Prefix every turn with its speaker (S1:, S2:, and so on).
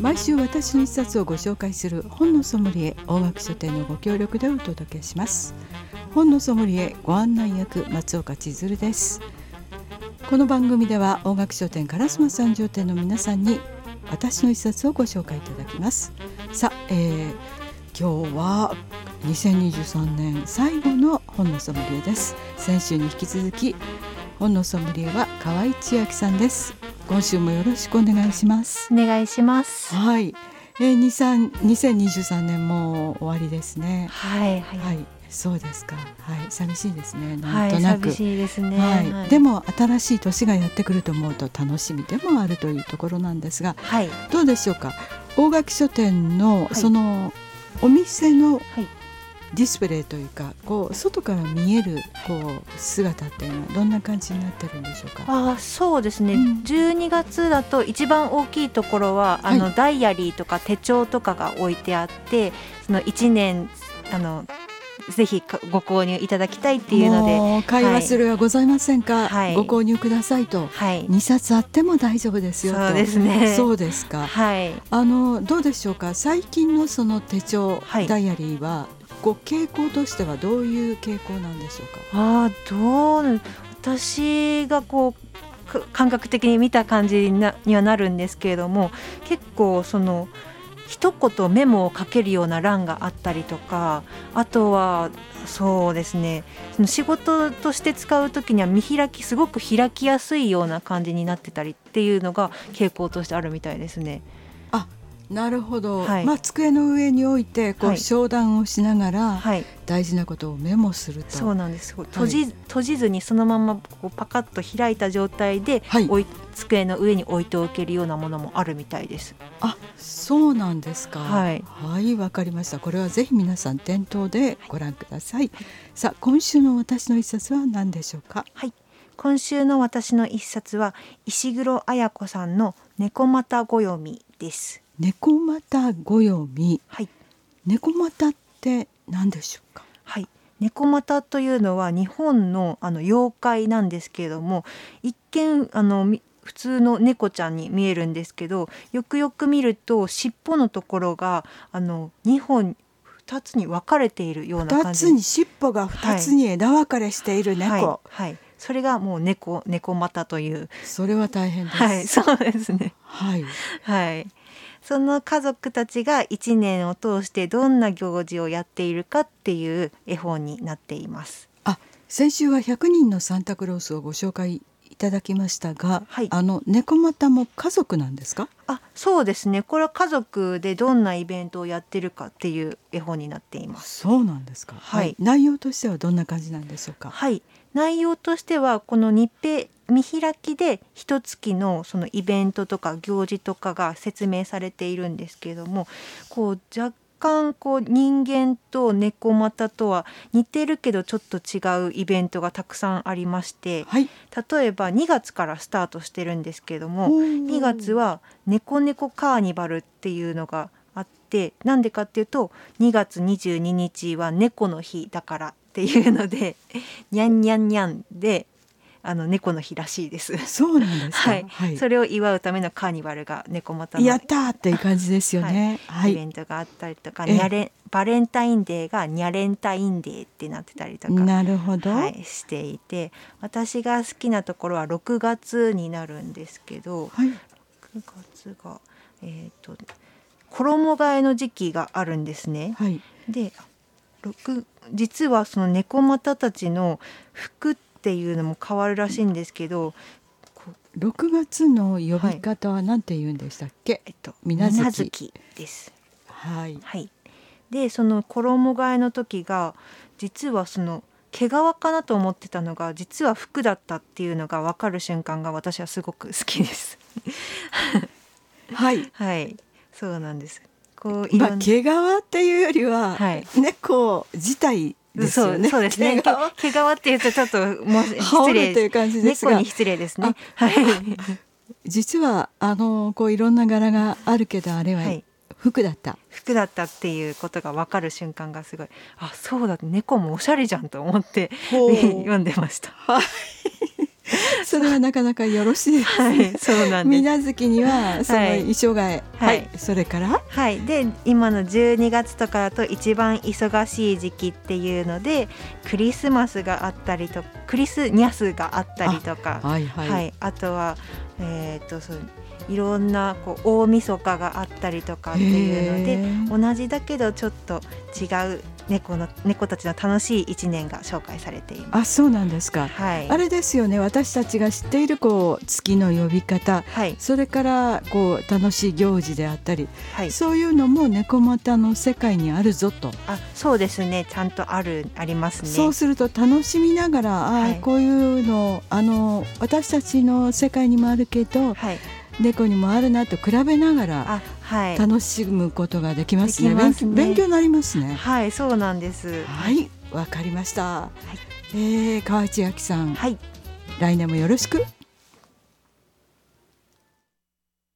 S1: 毎週私の一冊をご紹介する本のソムリエ大学書店のご協力でお届けします本のソムリエご案内役松岡千鶴ですこの番組では大学書店烏丸三条店の皆さんに私の一冊をご紹介いただきますさあ、えー今日は2023年最後の本のソムリエです先週に引き続き本のソムリエは河合千秋さんです今週もよろしくお願いします
S2: お願いします。
S1: はい、えー、23 2023年もう終わりですね。
S2: はいはい
S1: はい、そうですか。はい、寂しいですね。な
S2: は
S1: んと
S2: い、
S1: なく。
S2: 寂しいですね。
S1: はい
S2: はい
S1: でも新しい年がやってくると思うと楽しみでもあるというところなんですが
S2: はい
S1: どうでしょうか大垣書店の
S2: い
S1: そのお店の
S2: はい
S1: ディスプレイというかこう外から見えるこう姿っていうのはどんな感じになってるんでしょうか
S2: あーそうですね、
S1: うん
S2: 12月だと一番大きいところはあの、
S1: はい
S2: ダイアリーとか手帳とかが置いてあってその1年あのぜひかご購入いただきたいっていうので、
S1: もう会話するはございませんか、
S2: はい
S1: ご購入くださいと
S2: はい、
S1: 二冊あっても大丈夫ですよと。
S2: そうですね
S1: そうですか。
S2: はい、
S1: あのどうでしょうか。最近のその手帳、
S2: はい
S1: ダイアリーはこう傾向としてはどういう傾向なんでしょうか。
S2: あーどう私がこうく感覚的に見た感じになにはなるんですけれども結構その一言メモを書けるような欄があったりとかあとはそうですねその仕事として使う時には見開きすごく開きやすいような感じになってたりっていうのが傾向としてあるみたいですね。
S1: なるほど。
S2: はい
S1: まあ机の上に置いてこ
S2: は
S1: う
S2: い
S1: 商談をしながら
S2: はい、
S1: 大事なことをメモすると。
S2: そうなんです閉じ閉じずにそのままこうパカッと開いた状態で
S1: はい
S2: おい机の上に置いておけるようなものもあるみたいです。
S1: あ、そうなんですか。
S2: はい
S1: はい、わかりました。これはぜひ皆さん店頭でご覧ください。さあ、今週の私の一冊は何でしょうか。
S2: はい、今週の私の一冊は石黒彩子さんの猫股暦です。
S1: 猫股ご読み。
S2: はい、
S1: 猫股って何でしょうか。
S2: はい、猫股というのは日本のあの妖怪なんですけれども、一見あのみ普通の猫ちゃんに見えるんですけど、よくよく見ると尻尾のところがあの二本二つに分かれているような
S1: 二
S2: 感じ。
S1: つに尻尾が二つに枝分かれしている猫、
S2: はい、はい、それがもう猫猫股という。
S1: それは大変です
S2: はい、 そうですね。
S1: はい、
S2: はい。その家族たちが一年を通してどんな行事をやっているかっていう絵本になっています。
S1: あ先週は100人のサンタクロースをご紹介いただきましたが、
S2: はい
S1: あの猫股も家族なんですか
S2: あ、そうですね。これは家族でどんなイベントをやってるかっていう絵本になっています。
S1: そうなんですか、
S2: はい
S1: 内容としてはどんな感じなんでしょうか
S2: はい。内容としてはこの日平見開きで一月のそのイベントとか行事とかが説明されているんですけれども、こう若干こう人間と猫股とは似てるけどちょっと違うイベントがたくさんありまして、
S1: はい
S2: 例えば2月からスタートしてるんですけれども
S1: 2
S2: 2月は「猫猫カーニバル」っていうのがあってなんでかっていうと2月22日は猫の日だからっていうので 「にゃんにゃんにゃん」であの猫の日らしいです。
S1: そうなんですか
S2: はい、それを祝うためのカーニバルが猫股の
S1: やったーっていう感じですよねはい、
S2: イベントがあったりとか、
S1: ええ
S2: にゃれんバレンタインデーがニャレンタインデーってなってたりとか
S1: なるほど、
S2: はい、していて私が好きなところは6月になるんですけど
S1: はい
S2: 6月が、えー、と衣替えの時期があるんですね。
S1: はい
S2: で六実はその猫股たちの服っていうのも変わるらしいんですけど、こう
S1: 6月の呼び方は何て言うんでしたっけ
S2: えっと、
S1: 水無月
S2: 月です。
S1: はい、
S2: はい、でその衣替えの時が実はその毛皮かなと思ってたのが実は服だったっていうのが分かる瞬間が私はすごく好きです。
S1: はい
S2: はい、そうなんです。こうい
S1: ま
S2: ろ
S1: あ、
S2: んな、
S1: 毛皮っていうよりは、
S2: はい
S1: 猫自体です
S2: そ
S1: よ
S2: う
S1: ね。
S2: そうですね。
S1: 毛
S2: 毛
S1: 皮
S2: 毛皮って言うとちょっともう
S1: 羽
S2: 失
S1: 織るとい
S2: 礼
S1: う感じです
S2: 猫
S1: が
S2: に失礼ですね。はい。
S1: 実はあのこういろんな柄があるけどあれは
S2: はい
S1: 服だった、
S2: 服だったっていうことが分かる瞬間がすごい あそうだ猫もおしゃれじゃんと思って
S1: ほう
S2: 読んでました。
S1: はいそれはなかなかよろしいです
S2: は
S1: ね。
S2: い、そうなんです。
S1: 水無月にはその
S2: はい
S1: 衣装替え、は
S2: はいい
S1: それから
S2: はい、で今の12月とかだと一番忙しい時期っていうのでクリスマスがあったりとクリスニャスがあったりとか
S1: はいは、
S2: はいい、あとは、えー、とそういろんなこう大晦日があったりとかっていうの
S1: へ
S2: で
S1: ー
S2: 同じだけどちょっと違う猫の猫たちの楽しい一年が紹介されていま
S1: あそうなんですか
S2: す。。はい、
S1: あれですよね私たちが知っているこう月の呼び方
S2: はい
S1: それからこう楽しい行事であったり、
S2: はい
S1: そういうのも猫股の世界にあるぞと、
S2: あそうですねちゃんとあるありますね。
S1: そうすると楽しみながらああ、
S2: はい
S1: こういうのあの私たちの世界にもあるけど
S2: はい
S1: 猫にもあるなと比べながら
S2: あはい
S1: 楽しむことができますね
S2: できますね
S1: 勉勉強になりますね
S2: はいそうなんです。
S1: はいわかりました、えー、河内亜紀さん
S2: はい
S1: 来年もよろしく